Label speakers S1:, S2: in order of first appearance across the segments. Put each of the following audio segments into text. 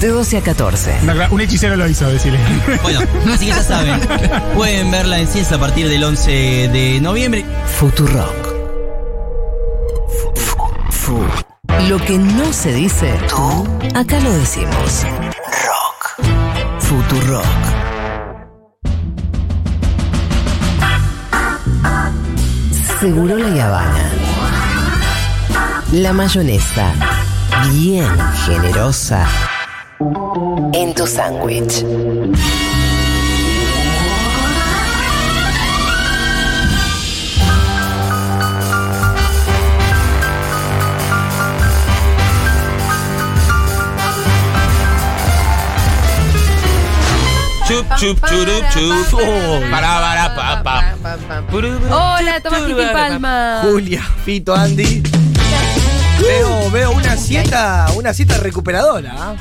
S1: de 12 a 14.
S2: Una- un hechicero lo hizo, decirle.
S3: Bueno, así que ya saben, pueden verla en Ciense a partir del 11 de noviembre.
S1: Futurock. Lo que no se dice, acá lo decimos. Rock. Futurock. Seguro la Habana. La mayonesa. Bien generosa. En tu sándwich.
S3: Chup, chup, churup, chup. Pará, pará, pa, pa.
S4: Hola, Tomás Titi Palma.
S5: Julia, Fito, Andy. Veo, veo una siesta, una siesta recuperadora. ¿ah?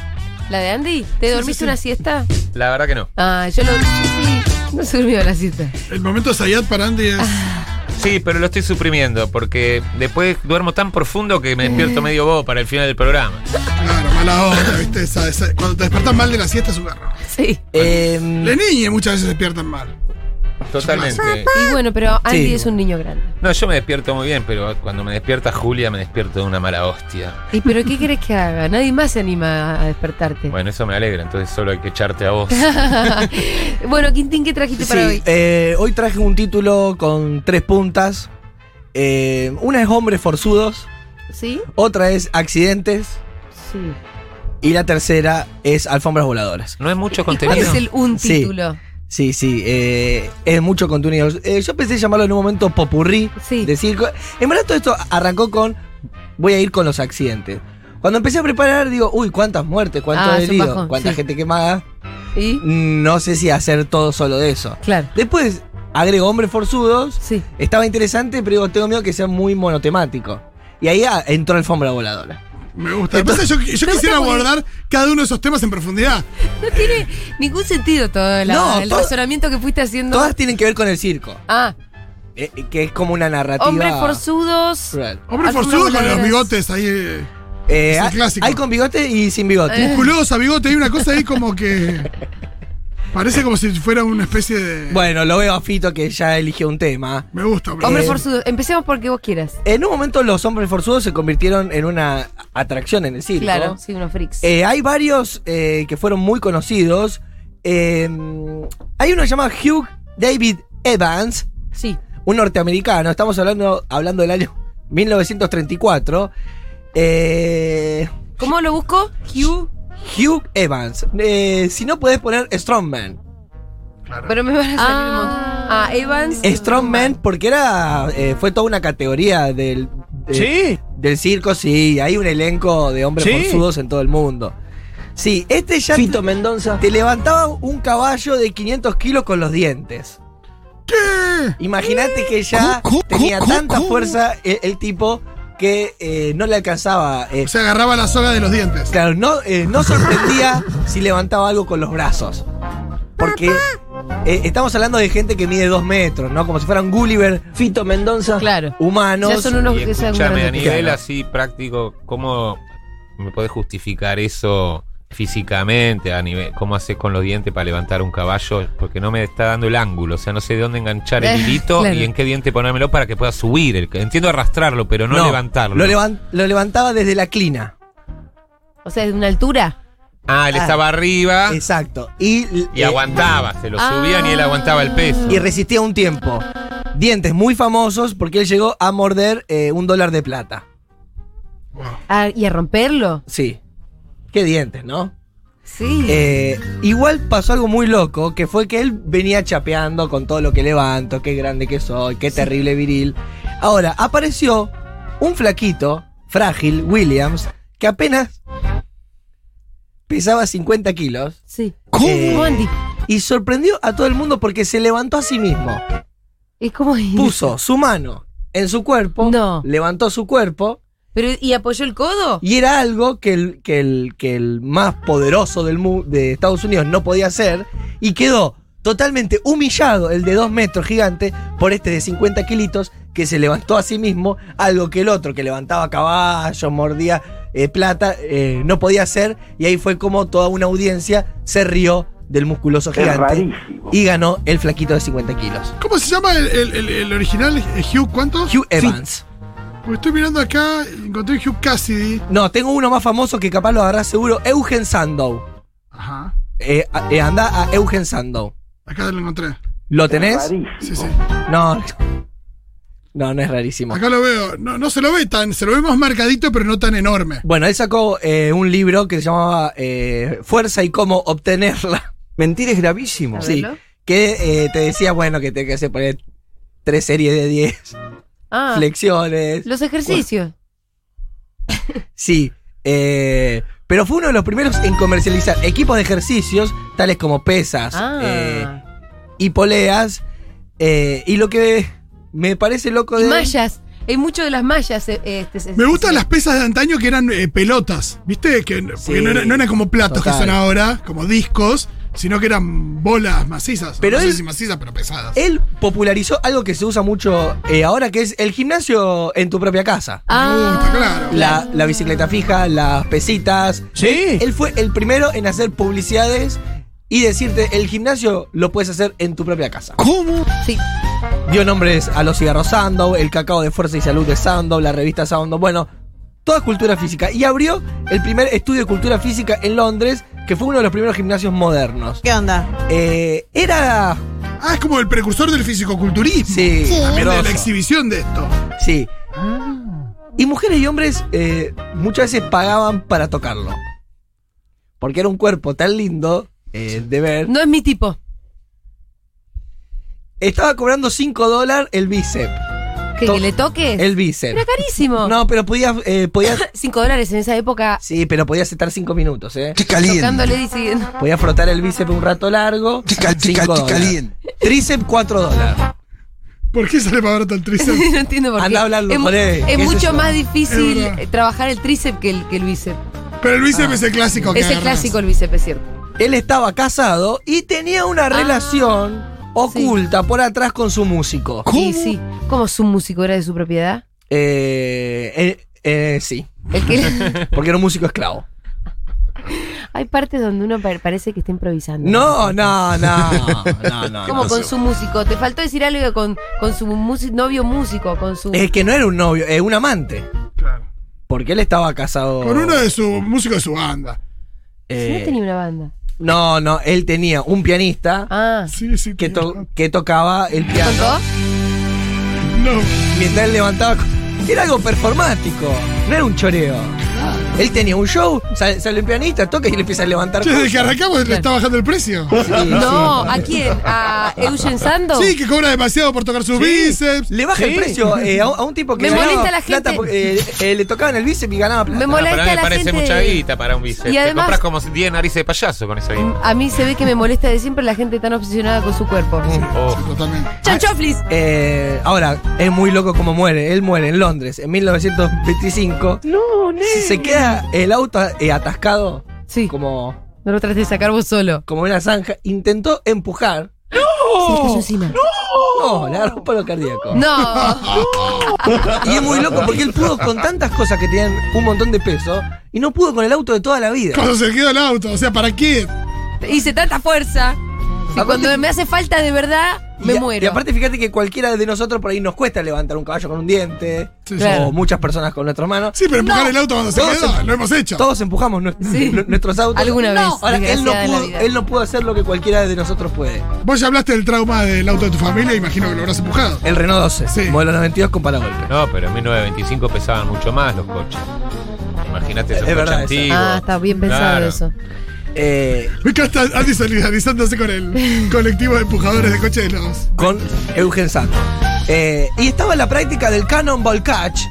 S4: ¿La de Andy? ¿Te dormiste una siesta?
S6: La verdad que no.
S4: Ah, yo lo. yo sí, No se durmió la siesta.
S7: El momento Sayat para Andy es.
S6: Sí, pero lo estoy suprimiendo porque después duermo tan profundo que me despierto medio bobo para el final del programa.
S7: Claro, mala onda, ¿viste? Esa- esa- cuando te despiertan mal de la siesta es un error.
S4: Sí.
S5: Em,
S7: Las niñas muchas veces despiertan mal.
S6: Totalmente.
S4: Y bueno, pero Andy
S5: Sí.
S4: es un niño grande.
S6: No, yo me despierto muy bien, pero cuando me despierta Julia me despierto de una mala hostia.
S4: ¿Y pero qué querés que haga? Nadie más se anima a despertarte. Bueno,
S6: Bueno, eso me alegra, entonces solo hay que echarte a vos.
S4: Quintín, ¿qué trajiste
S5: sí,
S4: para hoy?
S5: eh, hoy traje un título con tres puntas. Eh, una es Hombres Forzudos,
S4: ¿Sí?
S5: otra es Accidentes
S4: Sí.
S5: y la tercera es Alfombras Voladoras.
S6: No hay mucho
S4: ¿Y cuál
S6: contenido.
S4: es el un
S5: Sí.
S4: título?
S5: Sí, sí, eh, es mucho contenido. Eh, yo pensé llamarlo en un momento popurrí.
S4: Sí.
S5: Decir, co- en verdad todo esto arrancó con voy a ir con los accidentes. Cuando empecé a preparar digo, uy, cuántas muertes, cuántos
S4: Ah, es un
S5: heridos,
S4: bajón,
S5: cuánta
S4: sí.
S5: gente quemada.
S4: ¿Y?
S5: No sé si hacer todo solo de eso.
S4: Claro.
S5: Después agrego hombres forzudos.
S4: Sí.
S5: Estaba interesante, pero digo, tengo miedo que sea muy monotemático. Y ahí ah, entró alfombra voladora.
S7: Me gusta. Lo que pasa es que yo, yo
S4: Pero
S7: quisiera
S4: está muy-
S7: abordar cada uno de esos temas en profundidad.
S4: No tiene ningún sentido todo la-
S5: No,
S4: el
S5: todo-
S4: razonamiento que fuiste haciendo.
S5: Todas tienen que ver con el circo,
S4: Ah,
S5: eh, que es como una narrativa.
S4: hombres forzudos.
S5: cruel.
S7: Hombre
S4: Algunas
S7: forzudo con los
S4: voladoras.
S7: bigotes ahí. eh,
S5: Eh,
S7: Es un
S5: hay-
S7: clásico.
S5: Hay con bigote y sin bigote.
S4: Eh.
S7: Musculosa, bigote, hay una cosa ahí como que. Parece como si fuera una especie de.
S5: Bueno, lo veo a Fito que ya eligió un tema.
S7: Me gusta, bro.
S4: Hombres
S5: Eh,
S4: forzudos. Empecemos porque vos quieras.
S5: En un momento los hombres forzudos se convirtieron en una atracción en el circo.
S4: Claro, sí, unos freaks.
S5: Eh, hay varios eh, que fueron muy conocidos. Eh, hay uno llamado Hugh David Evans,
S4: sí.
S5: un norteamericano. Estamos hablando, hablando del año 1934. Eh,
S4: ¿Cómo lo busco? Hugh.
S5: Hugh Evans. Eh, si no podés poner Strongman.
S4: Pero me van a salir. Ah, ah Evans.
S5: Strongman, porque era eh, fue toda una categoría del, de-
S6: ¿Sí?
S5: del circo, sí. Hay un elenco de hombres
S6: ¿Sí?
S5: forzudos en todo el mundo. Sí, este ya te-
S8: Mendoza.
S5: te levantaba un caballo de 500 kilos con los dientes.
S7: ¿Qué?
S5: Imagínate que ya
S7: ¿Cómo, cómo,
S5: tenía
S7: cómo,
S5: tanta
S7: cómo?
S5: fuerza el, el tipo que eh, no le alcanzaba. eh,
S7: O sea, agarraba la soga de los dientes.
S5: claro, no, eh, no sorprendía si levantaba algo con los brazos. Porque eh, estamos hablando de gente que mide dos metros, ¿no? Como si fueran Gulliver
S8: Fito Mendoza.
S4: Claro. ya
S5: humanos.
S4: son unos
S6: Y
S4: que son
S6: escúchame, a
S4: grandes.
S6: nivel
S5: Claro.
S6: así práctico, ¿cómo me podés justificar eso físicamente? A nivel, ¿Cómo haces con los dientes para levantar un caballo? Porque no me está dando el ángulo, o sea, no sé de dónde enganchar el
S4: Eh,
S6: hilito
S4: claro.
S6: y en qué diente ponérmelo para que pueda subir. El, entiendo arrastrarlo, pero no, levantarlo.
S5: Lo, levan- lo levantaba desde la clina.
S4: O sea, de una altura.
S6: ah, él estaba arriba
S5: Exacto. Y,
S6: y
S5: eh,
S6: aguantaba, se lo
S4: ah.
S6: subían y él aguantaba el peso.
S5: y resistía un tiempo. Dientes muy famosos porque él llegó a morder eh, un dólar de plata.
S4: Ah, y a romperlo.
S5: Sí. Qué dientes, ¿no?
S4: Sí.
S5: Eh, igual pasó algo muy loco, que fue que él venía chapeando con todo lo que levanto, qué grande que soy, qué terrible viril. Ahora, apareció un flaquito, frágil, Williams, que apenas pesaba 50 kilos Eh,
S4: sí.
S7: ¿Cómo?
S4: Como Andy.
S5: y sorprendió a todo el mundo porque se levantó a sí mismo.
S4: Es como.
S5: Puso su mano en su cuerpo,
S4: No.
S5: levantó su cuerpo
S4: Pero, ¿Y apoyó el codo?
S5: Y era algo que el, que el, que el más poderoso del mu- de Estados Unidos no podía hacer. Y quedó totalmente humillado el de 2 metros gigante por este de 50 kilitos que se levantó a sí mismo. Algo que el otro que levantaba caballos, mordía eh, plata, eh, no podía hacer, y ahí fue como toda una audiencia se rió del musculoso gigante
S8: rarísimo.
S5: y ganó el flaquito de 50 kilos.
S7: ¿Cómo se llama el, el- el- el original? Eh, ¿Hugh cuánto?
S5: Hugh Evans.
S7: Porque estoy mirando acá, encontré Hugh Cassidy.
S5: No, tengo uno más famoso que capaz lo habrá seguro, Eugen Sandow.
S7: Ajá.
S5: Eh, a- eh, anda a Eugen Sandow.
S7: Acá lo encontré.
S5: ¿Lo tenés?
S8: Rarísimo.
S7: Sí, sí.
S5: No. No, Oh, no es rarísimo.
S7: Acá lo veo. No, no se lo ve tan, se lo ve más marcadito, pero no tan enorme.
S5: Bueno, él sacó eh, un libro que se llamaba eh, Fuerza y cómo obtenerla.
S9: Mentir es gravísimo.
S5: Sí. Que eh, te decía, bueno, que te que hacer poner tres series de 10
S4: Ah,
S5: flexiones.
S4: los ejercicios.
S5: Sí. eh, pero fue uno de los primeros en comercializar equipos de ejercicios, tales como pesas
S4: Ah.
S5: eh, y poleas. eh, y lo que me parece loco
S4: Y
S5: de. él-
S4: mallas. Hay mucho de las mallas. eh, este, este,
S7: Me gustan las pesas de antaño que eran eh, pelotas, ¿viste? Que porque
S5: Sí.
S7: no, era- no eran como platos que
S5: Total.
S7: son ahora, como discos, sino que eran bolas macizas.
S5: Pero
S7: no
S5: él-
S7: sé si macizas, pero pesadas.
S5: Él popularizó algo que se usa mucho eh, ahora, que es el gimnasio en tu propia casa.
S4: Ah,
S7: Uh, está claro.
S5: La, la bicicleta fija, las pesitas.
S9: Sí.
S5: Él fue el primero en hacer publicidades y decirte, el gimnasio lo puedes hacer en tu propia casa.
S9: ¿Cómo?
S4: Sí.
S5: Dio nombres a los cigarros Sandow, el cacao de fuerza y salud de Sandow, la revista Sandow, bueno, toda cultura física. Y abrió el primer estudio de cultura física en Londres, que fue uno de los primeros gimnasios modernos.
S10: ¿Qué onda?
S5: Eh, era...
S7: Ah, es como el precursor del fisicoculturismo.
S5: Sí,
S9: Ah,
S7: También de la
S5: grosso.
S7: exhibición de esto.
S5: Sí.
S4: Ah.
S5: Y mujeres y hombres eh, muchas veces pagaban para tocarlo. Porque era un cuerpo tan lindo eh, de ver.
S4: No es mi tipo.
S5: Estaba cobrando 5 dólares el bíceps.
S4: Que,
S5: To-
S4: que le toques.
S5: El bíceps.
S4: Era carísimo.
S5: No, pero podías, eh, podías.
S4: 5 dólares en esa época.
S5: Sí, pero podías estar 5 minutos, ¿eh?
S9: Qué caliente.
S4: Tocándole y siguiendo.
S5: Podías frotar el bíceps un rato largo.
S9: Qué cal- qué cal-
S5: cinco
S9: qué
S5: dólares.
S9: caliente.
S5: Tríceps 4 dólares.
S7: ¿Por qué sale más barato el tríceps?
S4: no entiendo por qué.
S5: Andá a hablarlo
S4: es,
S5: con él.
S4: es
S5: ¿Qué es
S4: mucho
S5: eso?
S4: más difícil
S7: Es verdad.
S4: eh, trabajar el tríceps que el, que el bíceps.
S7: Pero el bíceps es el clásico que
S4: es el
S7: agarrás.
S4: clásico el bíceps, es cierto.
S5: Él estaba casado y tenía una
S4: Ah.
S5: relación oculta por atrás con su músico.
S4: Sí, sí. ¿Cómo su músico era de su propiedad?
S5: Eh, eh, eh, sí,
S4: El que-
S5: porque era un músico esclavo.
S4: Hay partes donde uno pa- parece que está improvisando.
S5: No, no, no, no, no.
S4: Como
S5: no.
S4: con su músico. Te faltó decir algo con, con su musi- novio músico, con su.
S5: Es que no era un novio, es un amante.
S7: Claro.
S5: Porque él estaba casado.
S7: Con uno de su músico de su banda.
S4: Si
S5: eh,
S4: no tenía una banda.
S5: no, no, él tenía un pianista
S4: Ah.
S7: Sí, sí.
S5: que,
S7: tenía
S5: to-
S7: razón.
S5: que tocaba el piano
S4: ¿Contó?
S7: No.
S5: mientras él levantaba. co- Era algo performático, no era un choreo.
S4: Ah.
S5: Él tenía un show, sale, sale el pianista, toca y le empieza a levantar.
S7: Che, desde
S5: cosas.
S7: que arrancamos le está bajando el precio.
S5: Sí,
S4: No,
S5: sí.
S4: ¿a quién? ¿A Eugen Sandow?
S7: Sí, que cobra demasiado por tocar sus bíceps.
S5: Le baja el precio eh, a, un- a un tipo que
S4: Me
S5: ganaba
S4: molesta la gente.
S5: plata porque, eh, eh, le tocaban el bíceps y ganaba plata.
S4: Me
S6: Ah,
S4: molesta
S6: para mí me
S4: la
S6: parece
S4: gente.
S6: mucha guita para un bíceps.
S4: Y
S6: Te
S4: además-
S6: compras como 10 narices de payaso con esa guita.
S4: A mí se ve que me molesta de siempre la gente tan obsesionada con su cuerpo.
S6: Oh.
S7: Totalmente.
S4: ¡Chanchoflis!
S5: Eh, ahora, es muy loco como muere. Él muere en Londres en 1925.
S10: No,
S5: Se- Se queda el auto eh, atascado
S4: Sí,
S5: como,
S4: no lo trates de sacar vos solo.
S5: como una zanja. Intentó empujar.
S4: Se le cayó encima.
S5: No, le agarró un palo cardíaco.
S4: No,
S5: Y es muy loco porque él pudo con tantas cosas que tenían un montón de peso y no pudo con el auto de toda la vida.
S7: Cuando se quedó el auto, o sea, ¿para qué?
S4: te hice tanta fuerza. Y
S5: Aparte-
S4: cuando me hace falta de verdad, me
S5: y, a-
S4: muero.
S5: y aparte, fíjate que cualquiera de nosotros por ahí nos cuesta levantar un caballo con un diente.
S7: Sí,
S4: Claro.
S5: O muchas personas con nuestras manos.
S7: Sí, pero empujar
S5: No.
S7: el auto cuando se
S5: Todos
S7: quedó,
S5: em-
S7: lo hemos hecho.
S5: Todos empujamos nues-
S4: Sí.
S5: nuestros autos.
S4: Alguna
S5: No.
S4: vez,
S5: Ahora, él no,
S4: desgraciada de la
S5: pudo,
S4: vida.
S5: él no pudo hacer lo que cualquiera de nosotros puede.
S7: Vos ya hablaste del trauma del auto de tu familia, imagino que lo habrás empujado.
S5: El Renault 12,
S7: Sí.
S5: modelo 92 con paragolpe.
S6: No, pero en 1925 pesaban mucho más los coches. Imagínate
S5: Es
S6: esos coches
S5: verdad eso.
S6: antiguos.
S4: ah, está bien pensado
S6: Claro.
S4: eso.
S5: Eh,
S7: Me encanta Andy solidarizándose con el colectivo de empujadores de coches de los.
S5: con Eugen Santos. Eh, y estaba en la práctica del Cannonball Catch,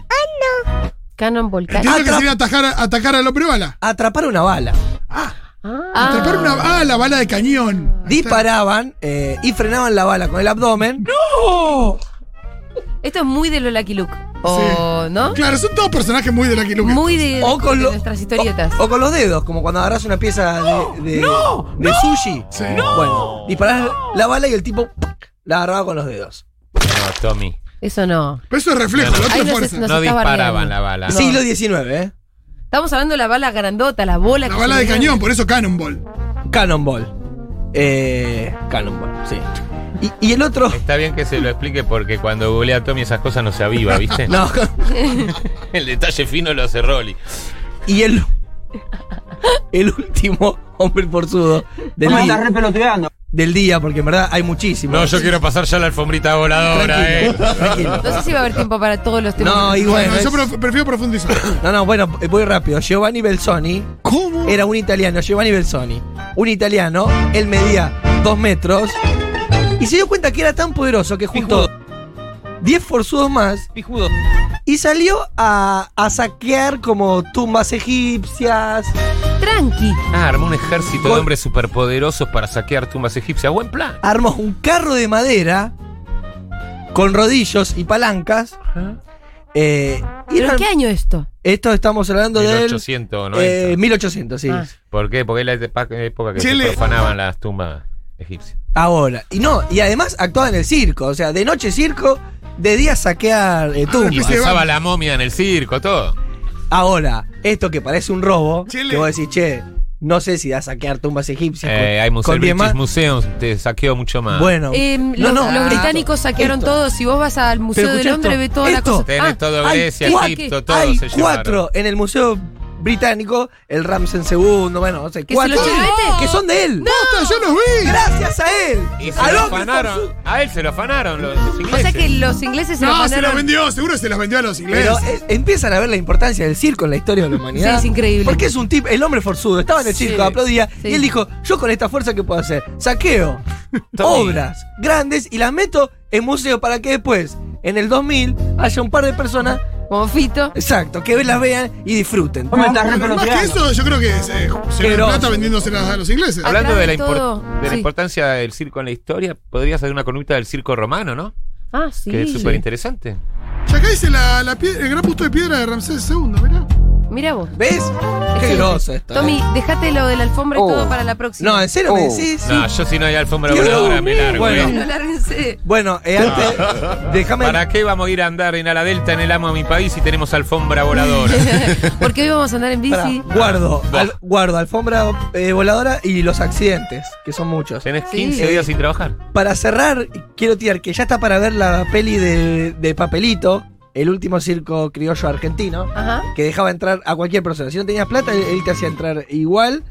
S4: Canon Volcán.
S7: Entiendo que
S5: Atrap-
S7: sería atajar, a- atacar al hombre bala.
S5: atrapar una bala.
S7: Atrapar
S4: Ah,
S7: una. Ah, la bala de cañón.
S5: Disparaban eh, y frenaban la bala con el abdomen.
S4: esto es muy de los Lucky Luke. O, ¿no?
S7: Claro, son todos personajes muy de Lucky Luke.
S4: Muy de,
S5: O con,
S4: de
S5: lo-
S4: nuestras historietas.
S5: o- o con los dedos, como cuando agarras una pieza de, de- de sushi.
S7: Sí.
S5: Bueno, disparás la bala y el tipo ¡pac! la agarraba con los dedos.
S6: No, Tommy.
S4: Eso no.
S7: Pero eso es reflejo,
S6: No, no.
S7: la
S4: Ahí
S7: otra
S4: no se-
S7: fuerza.
S4: Nos
S6: No
S4: estás
S6: disparaban
S4: bardeando.
S6: la bala.
S5: Siglo XIX, ¿eh?
S4: Estamos hablando de la bala grandota, la bola
S7: La
S4: que
S7: bala
S4: se
S7: de
S4: le-
S7: cañón, por eso Cannonball.
S5: Cannonball. Eh, Cannonball, sí. Y, y el otro.
S6: Está bien que se lo explique porque cuando googlea a Tommy esas cosas no se aviva, ¿viste?
S5: No.
S6: El detalle fino lo hace Rolly.
S5: Y el. El último hombre forzudo del día. Del día, porque en verdad hay muchísimos.
S6: No, yo quiero pasar ya la alfombrita voladora, eh.
S5: Tranquilo, tranquilo.
S4: No sé si va a haber tiempo para todos los temas.
S5: No, y
S7: No,
S5: bueno.
S7: no, yo
S5: es-
S7: prof- prefiero profundizar.
S5: No, no, bueno, eh, voy rápido. Giovanni Belzoni
S7: ¿Cómo?
S5: era un italiano, Giovanni Belzoni. Un italiano, él medía dos metros y se dio cuenta que era tan poderoso que juntó 10 forzudos más
S6: Pijudo.
S5: y salió a, a saquear como tumbas egipcias.
S4: Tranqui.
S6: Ah, armó un ejército de
S5: Con-
S6: hombres superpoderosos para saquear tumbas egipcias. Buen plan.
S5: Armó un carro de madera con rodillos y palancas. eh, y
S4: ¿Pero
S5: eran-
S4: en qué año esto?
S5: Esto estamos hablando de
S6: 1890.
S5: Eh, 1800, sí.
S4: Ah.
S6: ¿Por qué? Porque es la epa- época que
S7: Chile.
S6: se profanaban las tumbas egipcias.
S5: Ahora, y no, y además actuaba en el circo, o sea, de noche circo, de día saquear eh,
S6: Y
S5: tumbas.
S7: se
S6: pasaba
S7: va.
S6: la momia en el circo, todo.
S5: Ahora, esto que parece un robo,
S7: Chile.
S5: que vos decís, che, no sé si da a saquear tumbas egipcias.
S6: Eh, hay museos,
S5: con diez
S6: British
S5: más.
S6: Museum, te saqueó mucho más.
S5: Bueno,
S4: Eh,
S5: no,
S4: los,
S5: no,
S4: los
S5: ah,
S4: británicos saquearon
S5: esto.
S4: todo. Si vos vas al Museo de
S5: escuchá
S4: Londres,
S5: esto,
S4: ve toda la
S5: esto.
S4: cosa.
S6: Tenés
S4: Ah,
S6: todo
S5: hay
S6: Grecia,
S5: cuatro-
S6: Egipto, todo
S5: hay
S6: se
S5: cuatro
S6: llevaron.
S5: en el Museo Británico, el Ramsen II, bueno, no sé,
S4: ¿Que se
S5: cuatro
S4: los llevete?
S5: que son de él.
S7: ¡Posta, yo los vi!
S5: Gracias a él.
S6: Y se
S5: al
S6: lo
S5: hombre
S6: afanaron.
S5: forzudo.
S6: A él se lo afanaron los, los
S4: O
S6: ingleses.
S4: sea que los ingleses se lo
S7: No, se los
S4: mandaron.
S7: vendió, seguro se los vendió a los ingleses.
S5: Pero eh, empiezan a ver la importancia del circo en la historia de la humanidad.
S4: Sí, es increíble.
S5: Porque es un tipo, el hombre forzudo, estaba en el
S4: Sí.
S5: circo, aplaudía,
S4: Sí.
S5: y él dijo, yo con esta fuerza que puedo hacer, saqueo
S6: Tommy.
S5: obras grandes y las meto en museo para que después, en el 2000, haya un par de personas,
S4: Como Fito.
S5: exacto, que las vean y disfruten.
S7: Pero más que eso, yo creo que se, se
S5: Pero-
S7: ganó plata vendiéndoselas a los ingleses.
S4: Ah,
S6: Hablando de la,
S4: Atrás de
S6: impor-
S4: todo,
S6: de la
S4: sí.
S6: importancia del circo en la historia, podrías hacer una columna del circo romano, ¿no?
S4: Ah, sí.
S6: Que es súper interesante.
S7: Ya acá dice la, la pie- el gran busto de piedra de Ramsés II, mirá.
S4: Mira vos.
S5: ¿Ves? Qué groso esto. ¿eh?
S4: Tommy, dejate lo de la alfombra y todo para la próxima.
S5: Oh. No, en serio
S6: Oh.
S5: me
S4: Oh.
S5: decís.
S6: No, yo si no hay alfombra
S5: Dios
S6: voladora me
S5: mío.
S6: largo.
S5: Bueno.
S6: ¿eh?
S4: No, lárguense.
S5: Bueno, eh, antes, déjame...
S6: ¿Para qué vamos a ir a andar en la delta en el amo de mi país si tenemos alfombra voladora?
S4: Porque hoy vamos a andar en bici.
S5: pará, guardo, al- guardo alfombra eh, voladora y los accidentes, que son muchos.
S6: Tenés
S4: Sí.
S6: 15 días sin trabajar.
S5: Para cerrar, quiero tirar que ya está para ver la peli de, de Papelito, el último circo criollo argentino,
S4: Ajá.
S5: que dejaba entrar a cualquier persona. Si no tenías plata, él- él te hacía entrar igual.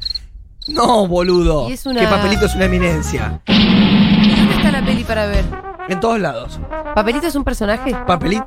S5: No, boludo.
S4: Y es una-
S5: Que Papelito es una eminencia.
S4: ¿Y dónde está la peli para ver?
S5: En todos lados.
S4: ¿Papelito es un personaje?
S5: Papelito.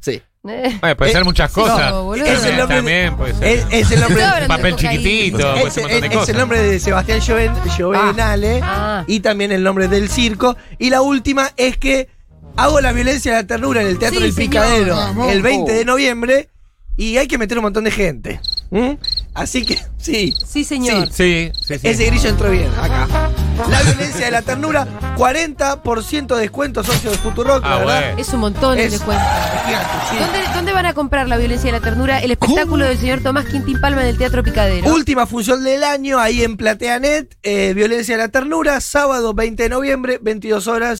S5: Sí.
S4: Eh.
S6: Bueno, puede
S5: Eh,
S6: ser muchas
S5: sí,
S6: cosas.
S4: no, boludo.
S5: Es el
S6: también,
S5: hombre-
S6: Eh, también puede ser.
S5: Es, es el nombre.
S4: Estaba hablando de
S6: Papel
S4: cocaína.
S6: chiquitito, puede
S5: Es,
S6: ser pues, un montón de
S5: es- es el
S6: cosas.
S5: nombre de Sebastián Joven, Jovenale
S4: Ah.
S5: y también el nombre del circo. Y la última es que hago la violencia de la ternura en el Teatro
S4: Sí,
S5: del
S4: señor.
S5: Picadero
S7: Vamos.
S5: el 20 de noviembre y hay que meter un montón de gente. ¿Mm? Así que, sí.
S4: Sí, señor.
S6: Sí, sí, sí.
S5: Ese grillo entró bien acá. La violencia de la ternura, 40% de descuento socio de Futurock,
S6: Ah,
S5: la verdad.
S6: bueno.
S4: Es un montón el
S5: Es-
S4: descuento.
S5: Fíjate, sí.
S4: ¿Dónde, dónde van a comprar la violencia y la ternura? El espectáculo del señor Tomás Quintín Palma en el Teatro Picadero.
S5: Última función del año ahí en Plateanet, eh, Violencia de la Ternura, sábado 20 de noviembre, 22 horas.